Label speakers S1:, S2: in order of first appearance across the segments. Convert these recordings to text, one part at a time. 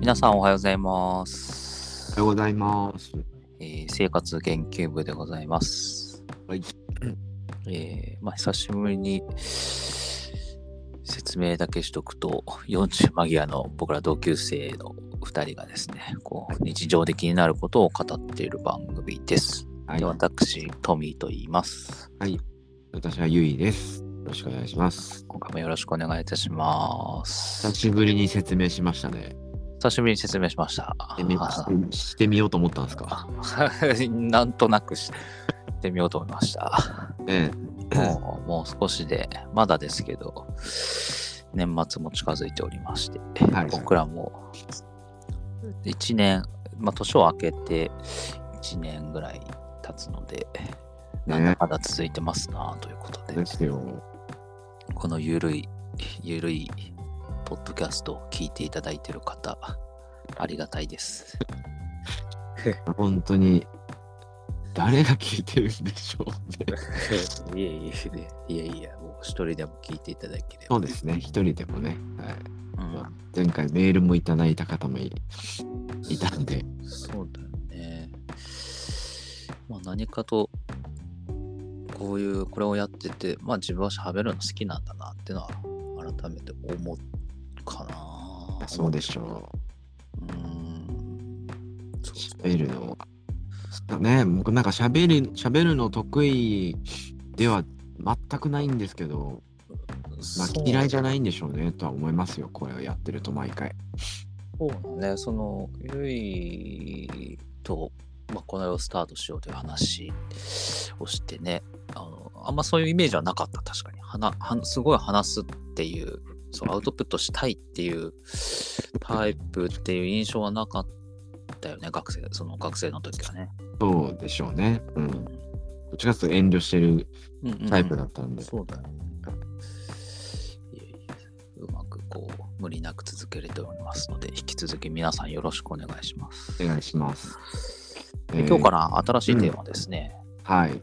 S1: 皆さんおはようございます
S2: おは。ようございます。
S1: えー生活研究部でございます。
S2: はい。
S1: えーまあ、久しぶりに説明だけしとくと、40間際の僕ら同級生の2人がですね、こう日常で気になることを語っている番組です。
S2: はい
S1: で、。私、トミーと言います。
S2: 私はゆいです。よろしくお願いします。
S1: 今回もよろしくお願いいたします。
S2: 久しぶりに説明しましたね。
S1: 久しぶりに説明しました。
S2: してみしてしてみようと思ったんですか。
S1: なんとなくしてみようと思いました。
S2: え
S1: もうもう少しで、まだですけど、年末も近づいておりまして、
S2: はい
S1: 僕らも1年、まあ、年を明けて1年ぐらい経つので、
S2: え。
S1: なんだ
S2: ね
S1: かんだ続いてますなということ
S2: え。
S1: で、
S2: ですよ。
S1: このゆるい、ゆるいポッドキャストを聞いていただいている方、ありがたい です。
S2: 本当に。誰が聞いてるんでしょ うね。
S1: いえいえ、いやいや、もう一人でも聞いていただければ。
S2: そうですね。一人でもね。はい。
S1: うん
S2: 前回メールもいただいた方もいいたんで。
S1: そうだよね。まあ何かとこういうこれをやってて、まあ自分は喋るの好きなんだなってのは改めて思うかな。
S2: そうでしょ。
S1: う。うん。そうう
S2: 喋るのは。ね、僕なんか喋る、喋るの得意。では。全くないんですけど。まあ、嫌いじゃないんでしょうねとは思いますよ、これをやってると毎回。
S1: そうだね。そのゆいと、まあ、この世をスタートしようという話をしてねあのあんまそういうイメージはなかった確かにはなはすごい話すっていうそうアウトプットしたいっていうタイプっていう印象はなかったよね学生その学生の時はね。
S2: そうでしょうね。うん。
S1: う
S2: どっちかっていうと遠慮してる
S1: んうんうん
S2: タイプだったんで。
S1: そうだよね。いえいえうまくこう無理なく続けれておりますので引き続き皆さんよろしくお願いします。
S2: お願いします。、
S1: で今日からら新しいテーマですね。
S2: はい。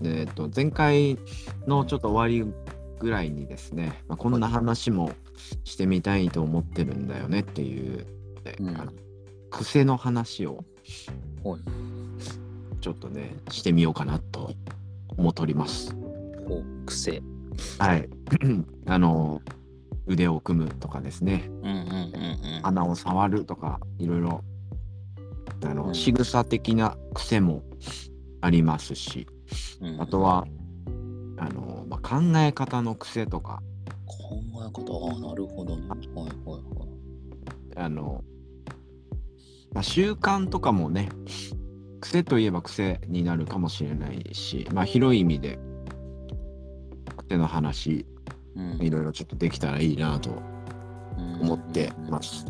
S2: でえっ、と、前回のちょっと終わりぐらいにですね、まあ、こんな話もしてみたいと思ってるんだよねっていう、で
S1: うん
S2: あの癖の話を
S1: はい
S2: ちょっとね、してみようかなと思っております。
S1: こう癖。
S2: はい。 あの、腕を組むとかですね。
S1: うんうんうん
S2: 穴を触るとかいろいろあ
S1: う
S2: の
S1: ん
S2: 仕草的な癖もありますし
S1: うん。
S2: あとはあの、まあ、考え方の癖とか
S1: 考え方、ああ、なるほどね。はいはいはい。
S2: あの、まあ、習慣とかもね癖といえば癖になるかもしれないし、まあ、広い意味で癖の話
S1: うん
S2: いろいろちょっとできたらいいなと思ってます。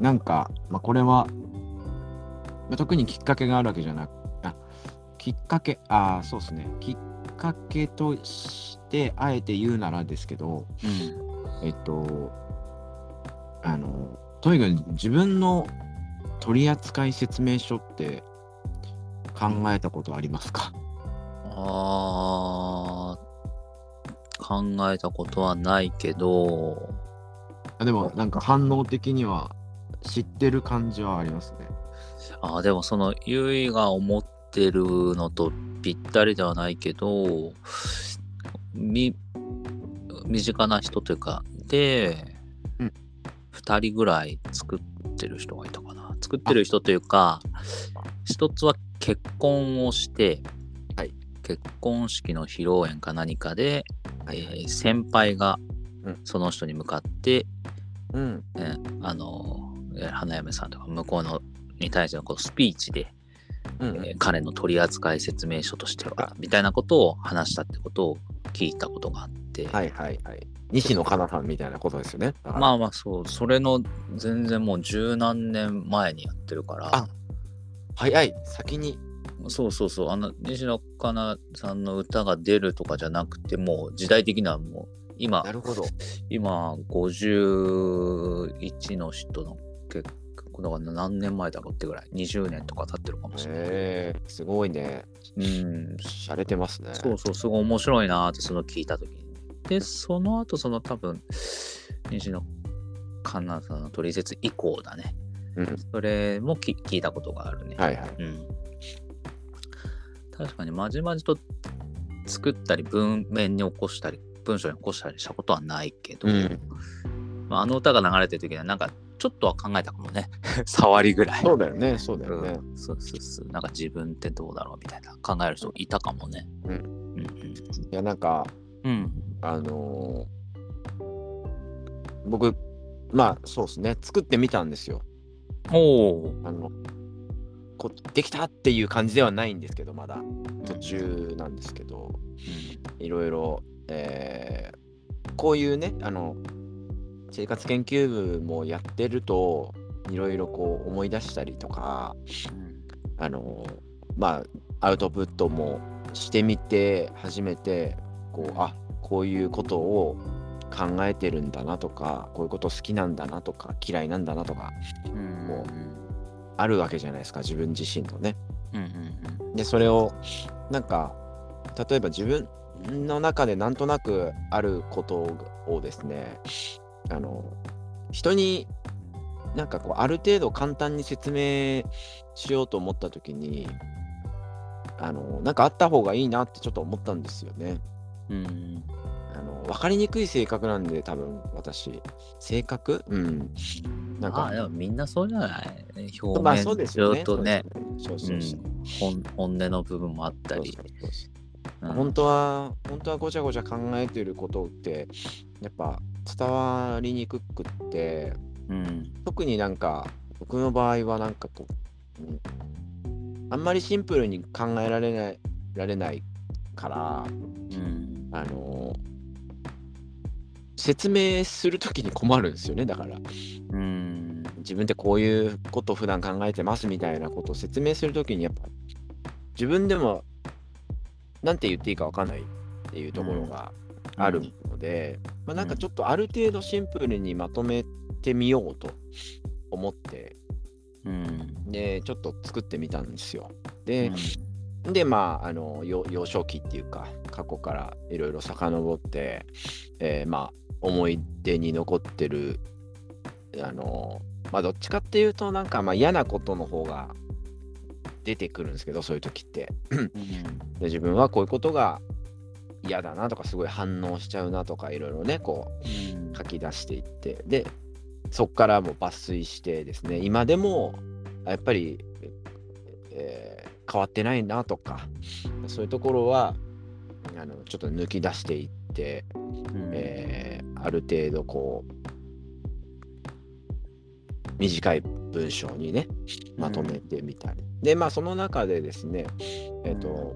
S2: なんか、まあ、これは、まあ、特にきっかけがあるわけじゃなく、あ、きっかけ、あーそうですね。きっかけとして、あえて言うならですけど、
S1: うんうん
S2: えっと、あの、とにかく自分の取扱説明書って考えたことありますか、
S1: ああ、考えたことはないけど、
S2: あでも、なんか反応的には知ってる感じはありますね。
S1: ああ、でもその、ゆいが思ってるのとぴったりではないけど、み、身近な人というか、で、
S2: うん
S1: 2人ぐらい作ってる人がいたかな。作ってる人というか、一つは結婚をして、
S2: はい
S1: 結婚式の披露宴か何かで、
S2: はいはい
S1: えー先輩が
S2: うん
S1: その人に向かって、
S2: うん。
S1: えーあのーえー花嫁さんとか向こうのに対してのこうスピーチで、
S2: うん
S1: えー彼の取扱説明書としてはみたいなことを話したってことを聞いたことがあって、
S2: はいはいはい。西野カナさんみたいなことですよね。だから
S1: まあまあそうそれの全然もう十何年前にやってるから
S2: あ早い先に
S1: そうそうそうあの西野カナさんの歌が出るとかじゃなくてもう時代的にはもう今
S2: なるほど
S1: 今51の人の結婚だから何年前だろうってぐらい20年とか経ってるかもしれない。
S2: へえすごいね
S1: うん
S2: 洒落てますね
S1: そうそう、すごい面白いなーって、その聞いたときに。で、その後、その多分、西野カナさんの取説以降だね。
S2: うん
S1: それもき聞いたことがあるね。
S2: はいはい。
S1: うん、確かにまじまじと作ったり文面に起こしたり文章に起こしたりしたことはないけど、
S2: うん
S1: まあ、あの歌が流れてる時にはなんかちょっとは考えたかもね触りぐらい。
S2: そうだよね、そうだよね。
S1: うん、そうそうそうなんか自分ってどうだろうみたいな考える人いたかもね。
S2: うん
S1: うん
S2: いや、なんか、
S1: うんうん
S2: あのー僕、まあそうですね、作ってみたんですよ。
S1: おお
S2: あのこできたっていう感じではないんですけど、まだ途中なんですけど、いろいろ、えーこういうね、あの生活研究部もやってると、いろいろこう思い出したりとか、あのまあアウトプットもしてみて初めてこうあこういうことを考えてるんだなとかこういうこと好きなんだなとか嫌いなんだなとか
S1: うん
S2: もあるわけじゃないですか自分自身のね。
S1: うんうん
S2: でそれをなんか例えば自分の中でなんとなくあることをですねあの人になんかこうある程度簡単に説明しようと思った時にあのなんかあった方がいいなってちょっと思ったんですよね。
S1: うんうん
S2: あの分かりにくい性格なんで多分私性格うんなん
S1: まあ
S2: か
S1: でもみんなそうじゃない表
S2: まあ
S1: 面
S2: そうですよね。
S1: とね
S2: そうそうそう
S1: うん本本音の部分もあったり
S2: そうそうそう
S1: うん
S2: 本当は本当はごちゃごちゃ考えてることってやっぱ伝わりにくくって
S1: うん
S2: 特になんか僕の場合はなんかこう、うんあんまりシンプルに考えられないられないから
S1: うん
S2: あの説明する時に困るんですよねだから
S1: うん
S2: 自分ってこういうこと普段考えてますみたいなことを説明するときにやっぱ自分でもなんて言っていいかわかんないっていうところがあるので、まあ、なんかちょっとある程度シンプルにまとめてみようと思って
S1: うん
S2: でちょっと作ってみたんですよ。で,、でまああのよ幼少期っていうか過去からいろいろ遡って、えーまあ思い出に残ってるあのまあどっちかっていうとなんかまあ嫌なことの方が出てくるんですけどそういう時ってで自分はこういうことが嫌だなとかすごい反応しちゃうなとかいろいろねこう書き出していってでそこからもう抜粋してですね今でもやっぱり、えー変わってないなとかそういうところはあのちょっと抜き出していって
S1: うん
S2: えーある程度こう短い文章にねまとめてみたり、でまあその中でですねえっ、と、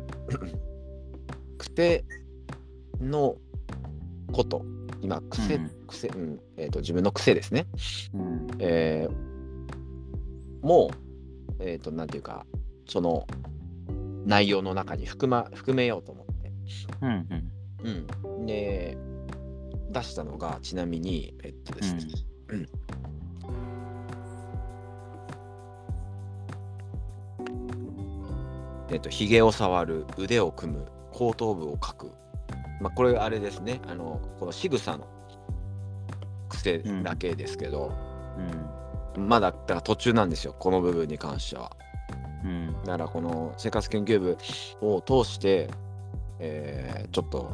S2: 癖のこと今癖、
S1: うん
S2: 癖、うんえー、と自分の癖ですね、
S1: うん
S2: えーもうえっ、となんていうかその内容の中に含,、ま、含めようと思って
S1: うんうん
S2: うん、で出したのがちなみにえっとですね、えっとひげを触る腕を組む後頭部をかく、まあ、これあれですねあのこの仕草の癖だけですけど、まだだから途中なんですよこの部分に関しては。
S1: うん
S2: だからこの生活研究部を通して、えーちょっと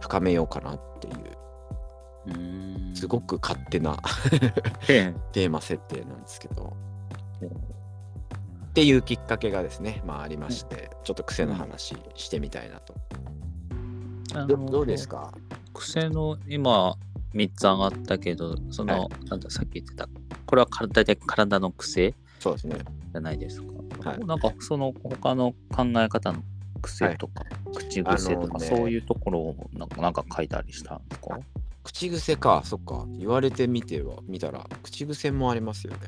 S2: 深めようかなっていう
S1: うん
S2: すごく勝手な
S1: え
S2: テーマ設定なんですけど
S1: うん
S2: っていうきっかけがですね、まあ、ありまして、ちょっと癖の話してみたいなと、
S1: え
S2: どどうですか
S1: 癖の今3つ上がったけどその、
S2: は
S1: なんださっき言ってたこれは体大体体の癖
S2: そうですね
S1: じゃないですか、
S2: はい
S1: なんかその他の考え方の癖とか、口癖とか、
S2: あのね
S1: そういうところをなんかなんか書いたりしたんですか
S2: 口癖かそっか言われてみては見たら口癖もありますよね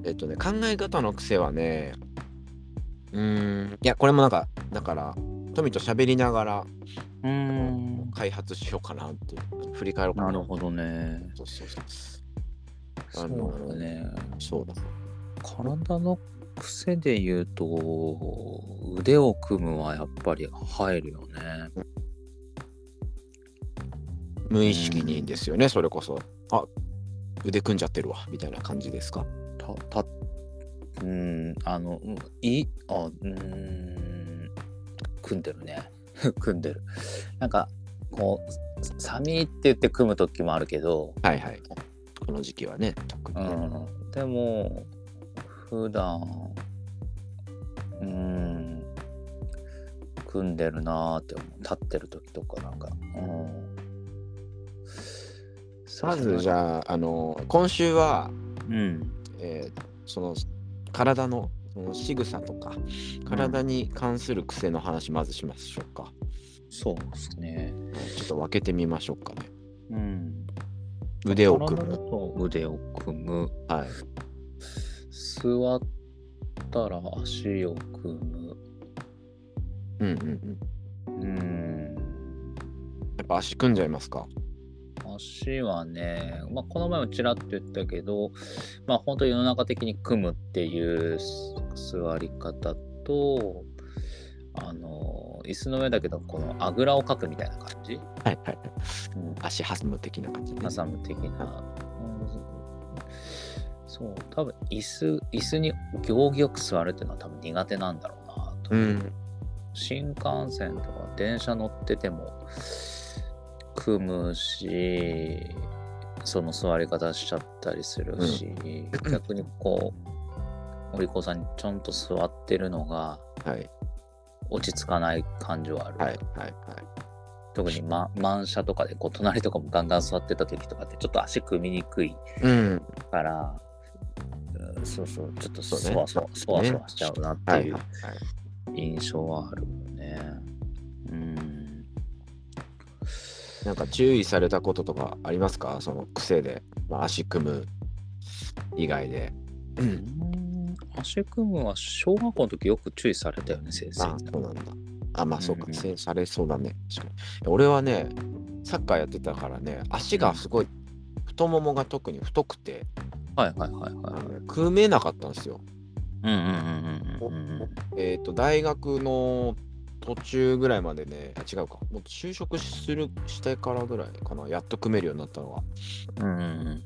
S1: うん
S2: えっとね、考え方の癖はね、うーん、いや、これもなんか、だから、トミーと喋りながら
S1: うん
S2: 開発しようかなっていう、振り返ろうかな。
S1: なるほどね
S2: そうそうそう。
S1: そ
S2: あ
S1: う
S2: の
S1: だね
S2: そうだ。
S1: 体の癖で言うと腕を組むはやっぱり入るよね
S2: 無意識にですよね、それこそ。あ腕組んじゃってるわ、みたいな感じですか。
S1: 多た、た、うん、あの、うんいい、あ、うん、組んでるね。 組んでる。なんか、こう、さ寒いって言って組む時もあるけど、
S2: はいはい。この時期はね、特に
S1: う
S2: ね。
S1: ん、でも、普段、うん、組んでるなーって思う。立ってる時とか、なんか、うん。
S2: まずじ
S1: ゃ
S2: ゃあ、あの、今週は、
S1: うん。
S2: えーその体のその仕草とか体に関する癖の話まずしましょうか、
S1: そうですね。
S2: ちょっと分けてみましょうかね
S1: うん。
S2: 腕を組
S1: 体だ
S2: む
S1: と腕を組む。
S2: はい
S1: 座ったら足を組む。
S2: うんうんうん
S1: うん。
S2: やっぱ足組んじゃいますか
S1: 足はね、まあ、この前もちらっと言ったけど、まあ、本当に世の中的に組むっていうす座り方と、あの、椅子の上だけど、このあぐらをかくみたいな感じ、
S2: はいはいはい足挟む的な感じね
S1: ハサム的な。そう、多分椅子、椅子に行儀よく座るっていうのは多分苦手なんだろうなと。
S2: うん
S1: 新幹線とか電車乗ってても組むし、その座り方しちゃったりするし、逆にこう、お利口さんにちゃんと座ってるのが
S2: はい
S1: 落ち着かない感じはある。
S2: はいはい
S1: 特に、ま、満車とかでこう隣とかもガンガン座ってた時とかってちょっと足組みにくい
S2: はいうん
S1: から、うんそうそう、ちょっとそ
S2: そうね
S1: わそわ、そわそわしちゃうなって
S2: はい
S1: い
S2: は
S1: う
S2: い
S1: 印象はあるもんね。うん。
S2: なんか注意されたこととかありますかその癖で、まあ、足組む以外で、うん、
S1: 足組むは小学校の時よく注意されたよね、先生
S2: あ
S1: に。
S2: そうなんだ。あ、まあそうか、
S1: うんうん
S2: 制されそうだね。確かに。俺はね、サッカーやってたからね、足がすごい、太ももが特に太くて、
S1: はいはいはい
S2: あ
S1: はい。
S2: の組めなかったんですよ。
S1: うんうんうんうんうんうん。
S2: えっ、と、大学の途中ぐらいまでね、あ違うか、もう就職するしてからぐらいかな、やっと組めるようになったのは。
S1: うんうんうん、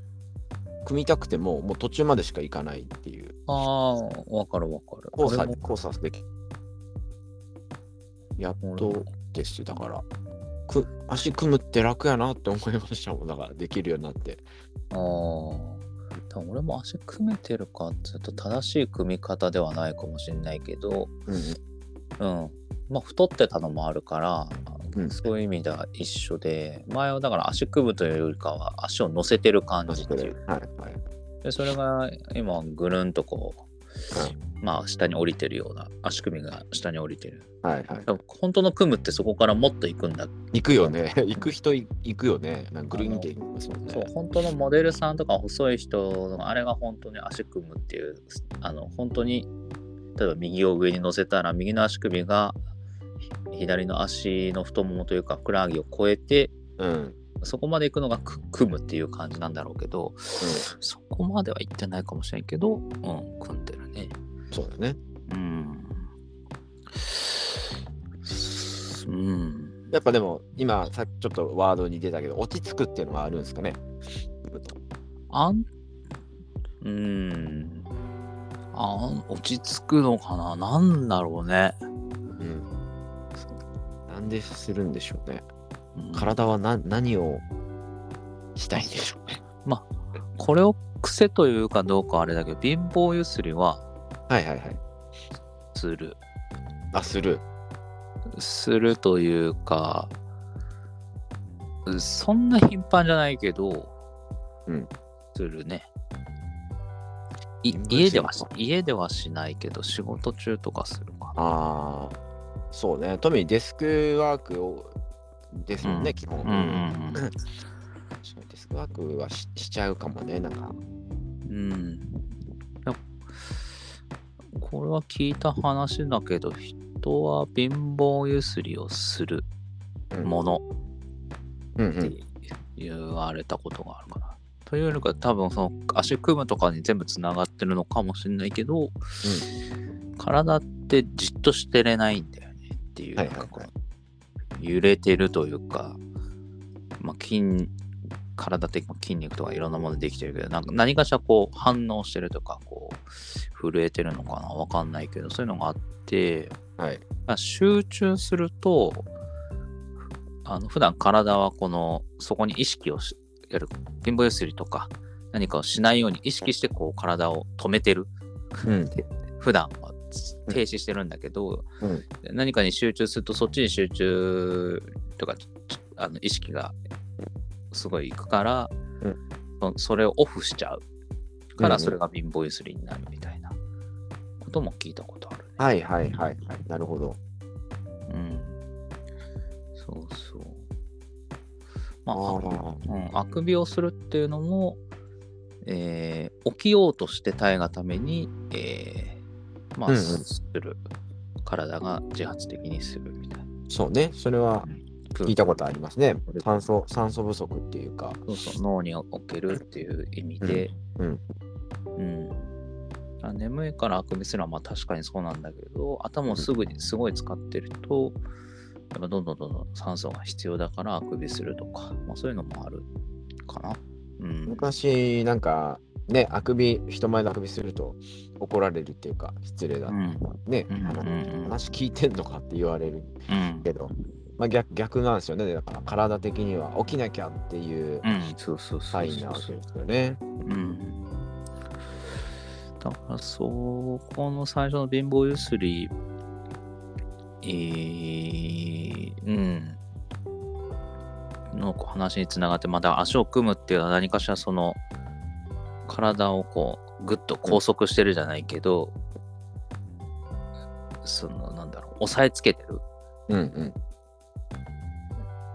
S2: 組みたくても、もう途中までしか行かないっていう、
S1: ああ、わかるわかる。
S2: 交差
S1: あれも
S2: 交差できやっ
S1: 俺
S2: と
S1: も
S2: ですよだからく足組むって楽やなって思いましたもんだからできるようになって
S1: ああ。でも俺も足組めてるかっていうと正しい組み方ではないかもしれないけど、
S2: うん
S1: うん。まあ、太ってたのもあるから、
S2: うん
S1: そういう意味では一緒で、前はだから足組むというよりかは足を乗せてる感じっていう。
S2: はいはい
S1: で、それが今ぐるんとこう、まあ下に降りてるような、足首が下に降りてる。
S2: はいはい
S1: 多分本当の組むってそこからもっと行くんだ。
S2: 行くよね行く人い行くよねなんかグリーンって行きますもんね
S1: そう、本当のモデルさんとか細い人のあれが本当に足組むっていう、あの、本当に、例えば右を上に乗せたら右の足首がひ左の足の太ももというかふくらはぎを越えて
S2: うん、うん、
S1: そこまで行くのがく組むっていう感じなんだろうけどそこまでは行ってないかもしれんけど、うん、組んでるね。
S2: そうだね
S1: うん。うん。
S2: やっぱでも今さっきちょっとワードに出たけど落ち着くっていうのがあるんですかね
S1: あん、うん。あん、落ち着くのかななんだろうね。
S2: うんなんでするんでしょうね
S1: うん
S2: 体はな何をしたいんでしょうね
S1: これを癖というかどうかはあれだけど、貧乏ゆすりは
S2: はいはいはい
S1: する。
S2: あする
S1: するというか、そんな頻繁じゃないけど、
S2: うん
S1: するね。い
S2: 貧乏
S1: 家では
S2: し
S1: し
S2: ない、
S1: 家ではしないけど、仕事中とかするかな。
S2: ああ、そうね。特にデスクワークをですもんね、
S1: うん
S2: 基本。
S1: うんうん
S2: 確かにデスクワークはししちゃうかもね、なんか。
S1: うん。うんやっこれは聞いた話だけど、人は貧乏ゆすりをする
S2: うん
S1: もの
S2: うんう
S1: っ
S2: ん
S1: て言われたことがあるかな。というよりか多分その足組むとかに全部つながってるのかもしれないけど、体ってじっとしてれないんだよねっていう、
S2: はいはいは
S1: な
S2: い
S1: んかこう揺れてるというか、まあ、筋体的な筋肉とかいろんなものでできてるけどなんか何かしらこう反応してるとかこう震えてるのかなわかんないけどそういうのがあって、
S2: はい。
S1: まあ、集中するとあの普段体はこのそこに意識をしやるピンボゆすりとか何かをしないように意識してこう体を止めてる
S2: うん。
S1: 普段は停止してるんだけど、
S2: うん
S1: 何かに集中するとそっちに集中とかあの意識がすごいいくから、
S2: うん
S1: そそれをオフしちゃうか
S2: うんう
S1: ら
S2: ん
S1: それが貧乏ゆすりになるみたいなことも聞いたことあるね。
S2: はいはいはいはい。なるほど。
S1: うん、そうそう。ま
S2: あ
S1: あ、
S2: ー
S1: うん、あくびをするっていうのも、えー起きようとしてたいがために、えーまあ、
S2: うんうん
S1: する体が自発的にするみたいな。
S2: そうね。それは聞いたことありますね
S1: うん。
S2: 酸素、酸素不足っていうか。
S1: そうそう脳におけるっていう意味で、
S2: うん
S1: うんだから眠いからあくびするのはまあ確かにそうなんだけど頭をすぐにすごい使ってるとやっぱどんどんどんどん酸素が必要だからあくびするとか、まあ、そういうのもあるかな。うん、
S2: 昔、なんか、ね、あくび、人前であくびすると怒られるっていうか、失礼だ。
S1: うん
S2: ね、
S1: うん
S2: あの
S1: うんうん
S2: 話聞いてんのかって言われる
S1: うん
S2: けど、まあ、逆逆なんですよね。だから体的には起きなきゃっていう
S1: うん、そうそうそ
S2: サ
S1: う
S2: イン
S1: そう
S2: なわけ
S1: そう
S2: で。すよね。
S1: うん、だからそこの最初の貧乏ゆすり、えー、うん、のこう話につながって、また足を組むっていうのは何かしらその体をこうぐっと拘束してるじゃないけど、そのなんだろう押さえつけてる
S2: うんうん。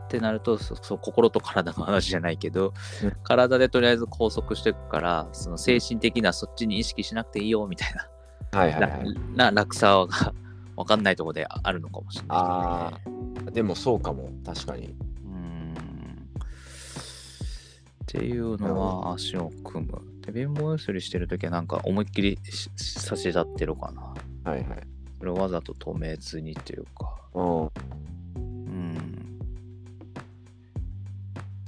S1: ってなるとそそう心と体の話じゃないけど、
S2: うん
S1: 体でとりあえず拘束していくからその精神的なそっちに意識しなくていいよみたいな,、
S2: はいはいはい。
S1: な楽さ が分かんないところでああるのかもしれな
S2: あ
S1: いけどね。
S2: あ、でもそうかも、確かに。
S1: うんっていうのは足を組む。で貧乏ゆすりしてるときはなんか思いっきりししさせちゃってるかな。
S2: はいはい。
S1: それをわざと止めずにっていうか。
S2: うん。
S1: うん。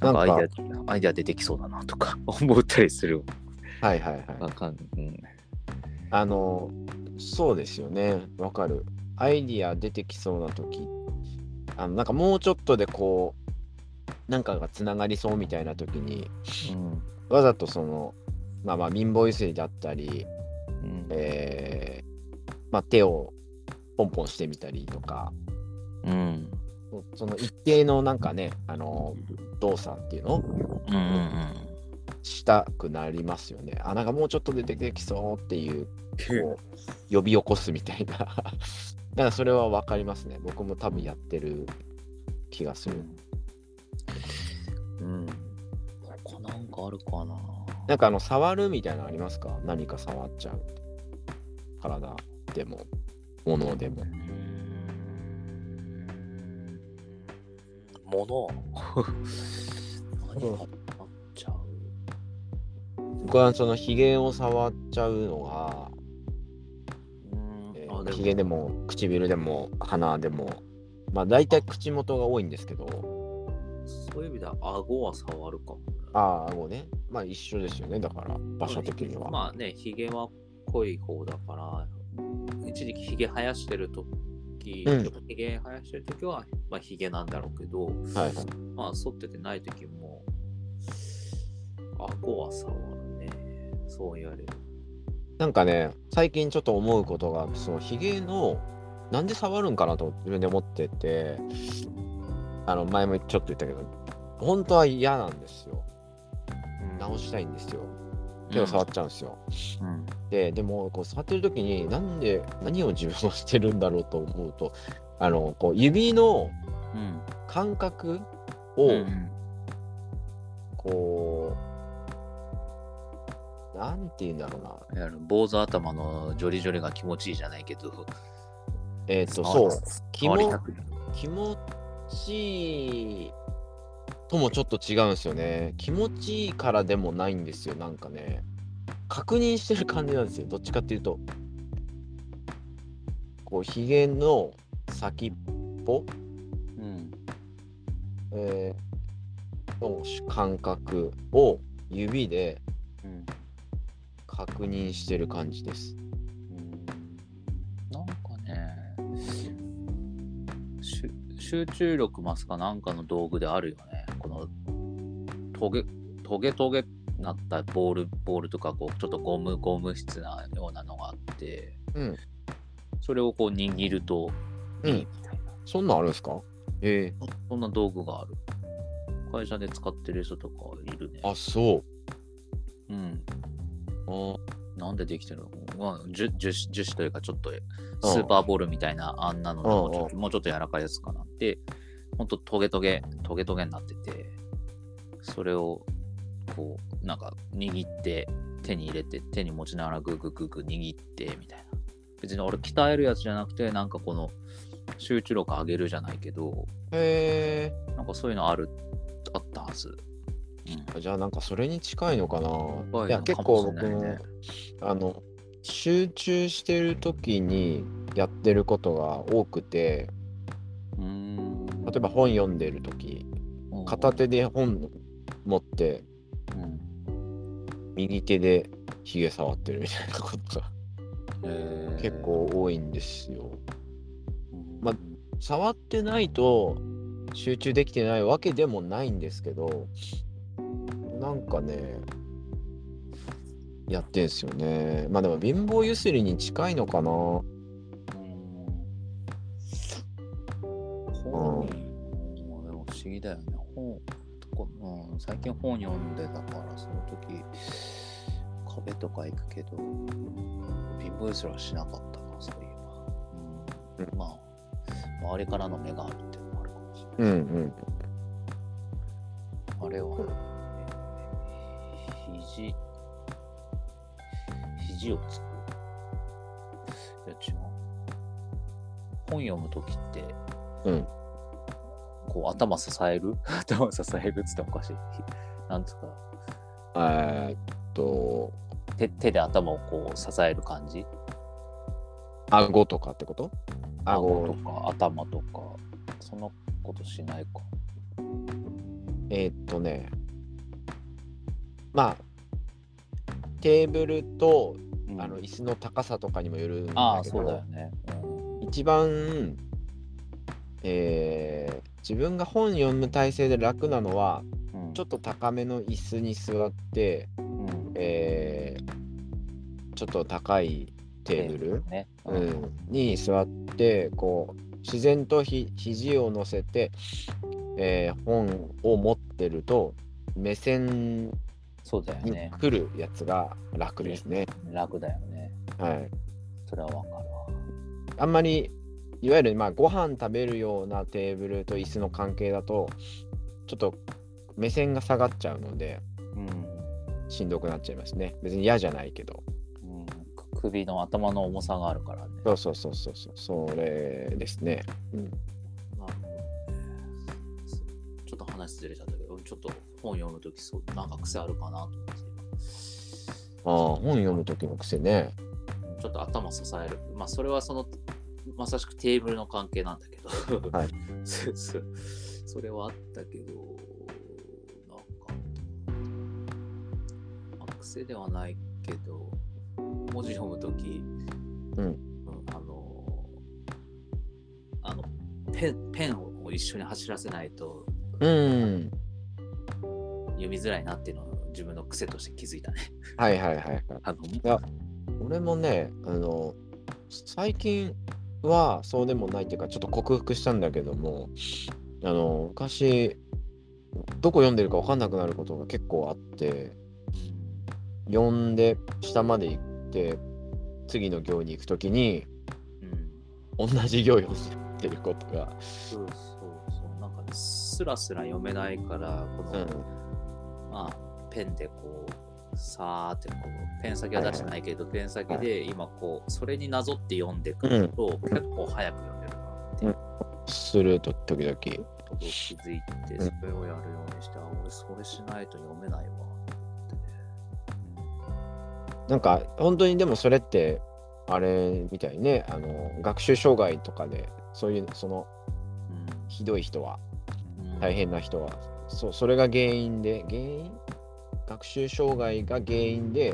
S1: な
S2: なんん
S1: か
S2: か
S1: アイデアアイデア出てきそうだなとか思ったりする。
S2: はいはいはい。
S1: わかんうん
S2: あの、そうですよね。わかる。アイディア出てきそうな時あの、なんかもうちょっとでこう、なんかがつながりそうみたいな時に、
S1: うん
S2: わざとその、まあまあ、貧乏ゆすりだったり、
S1: うん
S2: えーまあ、手をポンポンしてみたりとか、
S1: うん
S2: そその一定のなんかね、あの、動作っていうの
S1: うんうん
S2: したくなりますよね。あ、なんかもうちょっと出てきそうっていう、
S1: うん
S2: こう、呼び起こすみたいな。 だからそれは分かりますね。僕も多分やってる気がする。
S1: うん。他なんかあるかな。
S2: なんかあの、触るみたいなのありますか何か触っちゃう。体でも、物でも。
S1: うん物何があっちゃう
S2: 僕はその、ひげを触っちゃうのが、
S1: うん
S2: え
S1: あ
S2: ー
S1: でも
S2: ひげでも、唇でも、鼻でも、まあ大体口元が多いんですけど、
S1: そういう意味では顎は触るかも。
S2: ああ、顎ね。まあ一緒ですよね。だから、場所的には。
S1: まあね、ひげは濃い方だから、一時期ひげ生やしてるとき、
S2: うん
S1: ひげ生やしてるときは、まあひげなんだろうけど、
S2: はい。
S1: まあ剃っててないときも、顎は触るね。そう言われる。
S2: なんかね、最近ちょっと思うことが、そのヒゲの、なんで触るんかなと自分で思ってて、あの、前もちょっと言ったけど、本当は嫌なんですよ。直したいんですよ。けど触っちゃうんですよ。
S1: うん。
S2: で、でも、こう、触ってる時に、なんで、何を自分はしてるんだろうと思うと、あの、こう、指の
S1: うん。
S2: 感覚
S1: う
S2: を、
S1: ん
S2: こう、なんて言うんだろうな。
S1: いや坊主頭のジョリジョリが気持ちいいじゃないけど、
S2: えっ、と、そ
S1: 触
S2: う
S1: り。
S2: 気
S1: 触
S2: 持
S1: りたくなる
S2: 気持ちいいともちょっと違うんですよね気持ちいいからでもないんですよなんかね確認してる感じなんですよどっちかっていうとこうひげの先っぽ、
S1: うん。
S2: えーの感覚を指で
S1: うん
S2: か確認してる感じです。
S1: うんなんかね、しゅ集中力増すかなんかの道具であるよね。このトゲトゲトゲなったボール、ボールとかこうちょっとゴムゴム質なようなのがあって、
S2: うん。
S1: それをこう握るといいみたいな、
S2: そんなんあるんですかえ
S1: そんな道具がある。会社で使ってる人とかいるね。
S2: あ、そう。
S1: うん。
S2: あ
S1: なんでできてるの、まあ、樹樹脂樹脂というかちょっとスーパーボールみたいなあんなのでもうちょっともうちょっと柔らかいやつかなってほんとトゲトゲトゲトゲになっててそれをこうなんか握って手に入れて手に持ちながらグーグーグーグー握ってみたいな別に俺鍛えるやつじゃなくてなんかこの集中力上げるじゃないけど
S2: へ
S1: なんかそういうのあるあったはず、うん、
S2: え。じゃあなんかそれに近いのかな。いや、
S1: 深
S2: 結
S1: のかも
S2: 構
S1: しれ
S2: 僕
S1: ない
S2: も、
S1: ね
S2: あの、集中してる時にやってることが多くて、
S1: うーん
S2: 例えば本読んでる時、片手で本持って、
S1: うん
S2: 右手でひげ触ってるみたいなことが
S1: えー
S2: 結構多いんですよ。ま
S1: あ
S2: 触ってないと集中できてないわけでもないんですけどなんかねやってんすよねまあでも貧乏ゆすりに近いのかな
S1: 本、うん、でも不思議だよね本とか、うん、最近本読んでたからその時カフェとか行くけど貧乏ゆすらしなかったなそういえば、うん、まあ周りからの目があるっていうのもあるかもしれない
S2: うんうん
S1: あれは、肘、肘をつく。いや、違う。本読むときって、
S2: うん
S1: こう、頭支える 頭支えるっつっておかしい。なんつうか、
S2: えーっと
S1: 手手で頭をこう支える感じ
S2: 顎とかってこと
S1: 顎と
S2: 顎
S1: か頭とか、そんなことしないか。
S2: えーっとねまあテーブルとあの
S1: うん
S2: 椅子の高さとかにもよるんだけど、
S1: ああ、そうだよね。うん
S2: 一番、えー自分が本読む体勢で楽なのは
S1: うん、
S2: ちょっと高めの椅子に座って、
S1: うん
S2: えーちょっと高いテーブル、
S1: ね。
S2: うん、に座ってこう自然とひ肘を乗せて、えー本を持ってると目線
S1: そうだよ
S2: に
S1: ね。
S2: 来るやつが楽ですね。
S1: 楽だよね。
S2: はい
S1: それはわかるわ。
S2: あんまりいわゆるまあご飯食べるようなテーブルと椅子の関係だとちょっと目線が下がっちゃうので
S1: うん。
S2: しんどくなっちゃいますね別に嫌じゃないけど
S1: うん、首の頭の重さがあるからね。
S2: そうそうそうそうそうそれですね
S1: なるほどねちょっと話ずれちゃったけど、ちょっと本読むとき、そうなんか癖あるかなと思って
S2: ああ本読む時の癖ね
S1: 今。ちょっと頭支える。まあ、それはその、まさしくテーブルの関係なんだけど。
S2: はい
S1: そそそれはあったけど、なんか、まあ癖ではないけど、文字読むとき、
S2: う
S1: う
S2: ん
S1: んあのあのペンペンを一緒に走らせないと
S2: うん
S1: 読みづらいなっていうのを自分の癖として気づいたね。
S2: はいはいはいはい
S1: あの
S2: 俺もねあの最近はそうでもないっていうかちょっと克服したんだけどもあの昔どこ読んでるか分かんなくなることが結構あって読んで下まで行って次の行に行く時に
S1: うん、
S2: 同じ行読んでることが、
S1: そうそうそうなんかねスラスラ読めないからこの、まあ、ペンでこうさーってこうペン先は出してないけど、ペン先で今こうそれになぞって読んでくると、結構早く読めるなっていう
S2: すると時々
S1: ことを気づいて
S2: うん
S1: それをやるようにして、あ俺それしないと読めないわって
S2: なんか本当にでもそれってあれみたいねあの学習障害とかでそういうそのひどい人は
S1: うん
S2: 大変な人はそうそれが原因で原因学習障害が原因で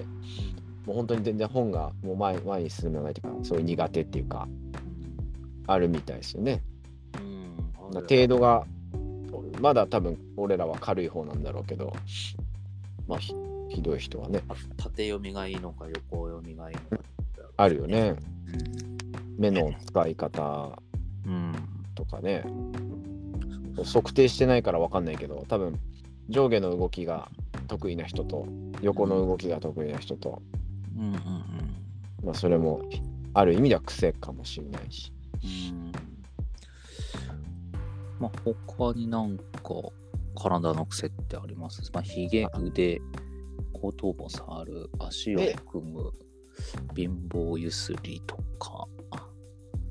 S1: う
S2: もう本当に全然本がもう前前に進めないというかそういう苦手っていうかあるみたいですよね。
S1: うん
S2: だから程度がまだ多分俺らは軽い方なんだろうけどまあひひどい人はね
S1: 縦読みがいいのか横読みがいいのか。
S2: あるよね目の使い方
S1: うん。
S2: とかね測定してないから分かんないけど多分上下の動きが得意な人と横の動きが得意な人と、
S1: うんうんうん。
S2: まあ、それもある意味では癖かもしれないし。
S1: うんまあ、他になんか体の癖ってありますまあ、ひげ、腕、後頭部を触る、足を組む、貧乏ゆすりとか。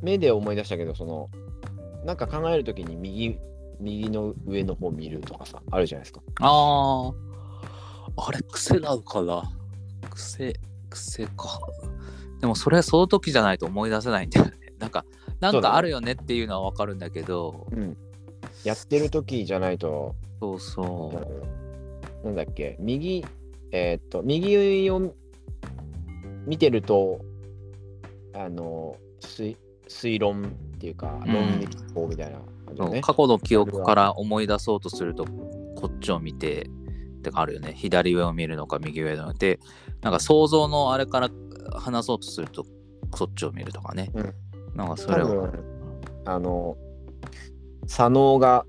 S2: 目で思い出したけどそのなんか考えるときに右右の上の方見るとかさあるじゃないですか
S1: ああ、あれ癖なのかな癖、癖か。でもそれその時じゃないと思い出せないんだよね。なんか、なんかあるよねっていうのはわかるんだけど、
S2: うん、やってる時じゃないと、
S1: そうそう。
S2: なんだっけ、右、えーっと、右を見てると、あの、推推論っていうか、
S1: うん
S2: 論理法みたいな感じ
S1: そ
S2: だ
S1: う
S2: ね。
S1: 過去の記憶から思い出そうとするとこっちを見てってかあるよね左上を見るのか右上のでなんか想像のあれから話そうとするとそっちを見るとかね、
S2: うん
S1: なんかそ
S2: 多
S1: れを
S2: 分、あの、左脳が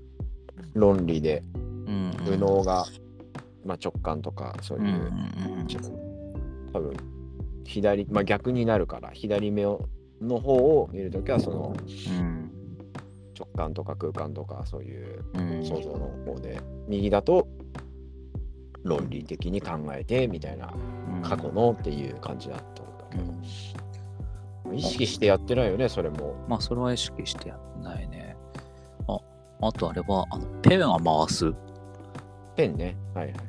S2: 論理で、
S1: うんうん
S2: 右脳が、まあ、直感とか、そう
S1: う
S2: い
S1: んうん
S2: う、多分、左、まあ、逆になるから、左目をの方を見るときは、その、直感とか空間とかそういう
S1: うんうん
S2: 想像の方で右だと論理的に考えてみたいな
S1: うん
S2: 過去のっていう感じだったんだ
S1: う
S2: け
S1: ん
S2: ど意識してやってないよねそれも
S1: まあそれは意識してやってないねああとあれはあのペンは回す
S2: ペンねはいはいはい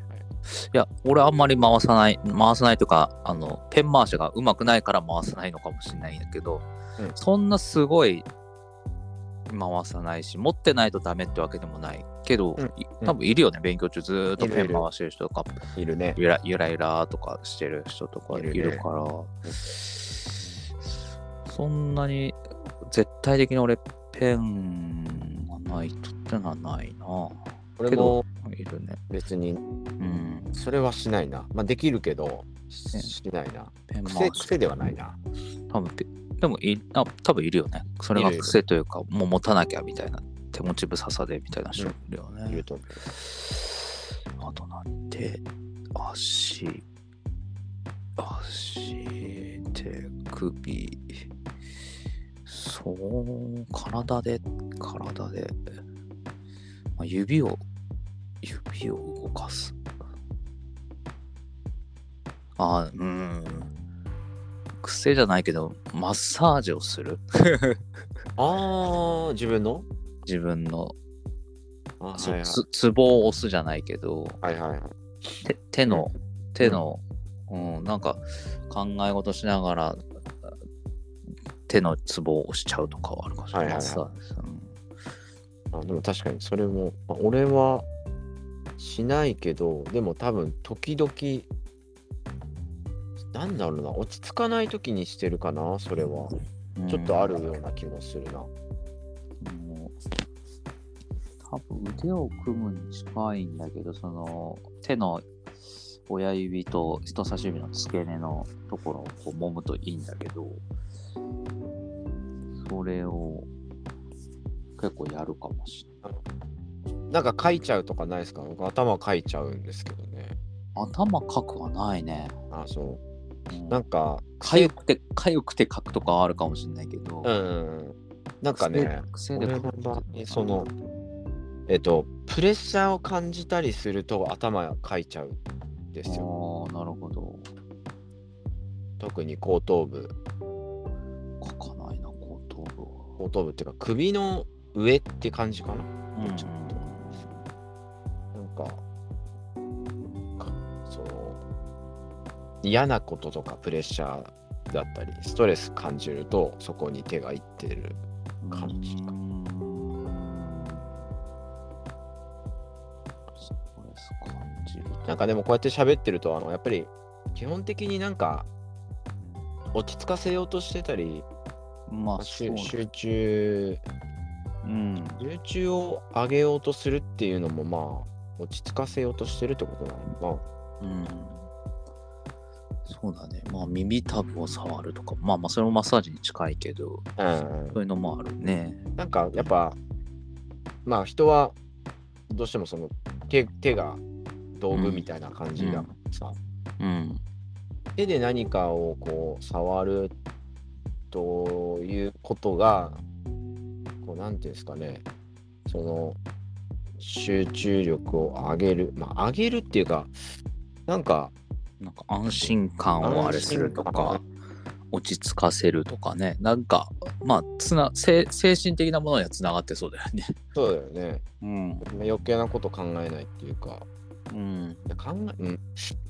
S1: いや、俺あんまり回さない、回さないというか、あの、ペン回しがうまくないから回さないのかもしれないんだけど、
S2: うん
S1: そんなすごい回さないし、持ってないとダメってわけでもないけど、
S2: うん
S1: い
S2: うん
S1: 多分いるよね、勉強中ずーっと
S2: いる
S1: ペン
S2: いる
S1: 回してる人とか、
S2: いるね
S1: ゆらゆらゆらとかしてる人とかい
S2: いるね
S1: るから、そんなに絶対的に俺ペンがないとってのはないな。
S2: 俺も
S1: いるね。
S2: 別に
S1: うん。
S2: それはしないなまあできるけど
S1: ペン
S2: しないな
S1: ペン回
S2: 癖
S1: し
S2: 癖ではないな
S1: 多分ででもいあ多分いるよねそれが癖というかもう持たなきゃみたいな手持ちぶささでみたいな人いるよね、
S2: いると思
S1: あとなんで足足手首そう体で体で、まあ、指を指を動かすあうん癖じゃないけどマッサージをする
S2: うあー自分の
S1: 自分の
S2: あ
S1: そ
S2: はいう
S1: つツボを押すじゃないけど
S2: はいはいはいはい
S1: 手手の手の、うん、なんか考え事しながら手のツボを押しちゃうとかはあるかもしれ
S2: はい
S1: な
S2: はいいはい
S1: そうですうん
S2: あでも確かにそれも、まあ俺はしないけどでも多分時々なんだろうな落ち着かない時にしてるかなそれは
S1: うん
S2: ちょっとあるような気もするな、
S1: もう多分腕を組むに近いんだけどその手の親指と人差し指の付け根のところをこう揉むといいんだけどそれを結構やるかもしれない
S2: なんか書いちゃうとかないですか僕頭書いちゃうんですけどね
S1: 頭かくはないね、
S2: あそう
S1: うん
S2: なんか
S1: かゆくて、かゆくて書くとかはあるかもしれないけど、
S2: うんなんかね
S1: 癖、癖
S2: 俺
S1: で書
S2: の
S1: く
S2: 場合そのえっとプレッシャーを感じたりすると頭書いちゃうんで
S1: ああ
S2: すよ
S1: ー、なるほど。
S2: 特に後頭部
S1: 書かないな、後頭部は。
S2: 後頭部っていうか首の上って感じかな
S1: うん
S2: ちょっとなんかかその嫌なこととかプレッシャーだったりストレス感じるとそこに手がいってる感じか
S1: うんストレス感じると。
S2: なんかでもこうやって喋ってるとあのやっぱり基本的になんか落ち着かせようとしてたり、
S1: まあ、そう
S2: 集
S1: ね
S2: 集中、
S1: うん。
S2: 集中を上げようとするっていうのも、まあ、落ち着かせようとしてるってことなの
S1: うん。そうだね。まあ、耳たぶを触るとか、まあまあ、それもマッサージに近いけど、
S2: かな。うん
S1: そういうのもあるね。
S2: なんかやっぱまあ人はどうしてもその手手が道具みたいな感じだからさ、
S1: うん。
S2: 手で何かをこう触るということがこうなんていうんですかねその集中力を上げるまあ上げるっていうかなんか
S1: なんか安心感をあれするとか
S2: 安、
S1: 落ち着かせるとかね。なんか、まあ、つな、精精神的なものにはつながってそうだよね。
S2: そうだよね
S1: うん。
S2: 余計なこと考えないっていうか
S1: うん。
S2: いや考え、うん、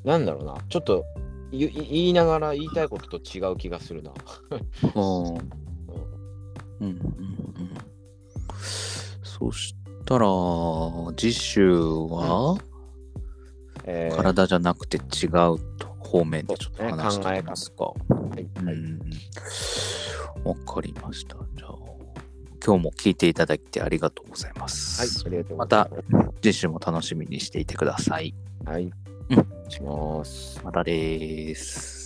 S2: なんだろうなちょっと言い言いながら言いたいことと違う気がするな。
S1: うん。うんうんうんそしたら次週は
S2: えー
S1: 体じゃなくて違うと方面でちょっと話してみますか。
S2: はい
S1: うん
S2: は
S1: う
S2: い
S1: んわかりました。じゃあ今日も聞いていただいてありがとうございます。
S2: はい、ありがとうご
S1: ま
S2: ざ
S1: た
S2: います。
S1: 次週も楽しみにしていてください。
S2: はい、
S1: うん
S2: します。
S1: またです。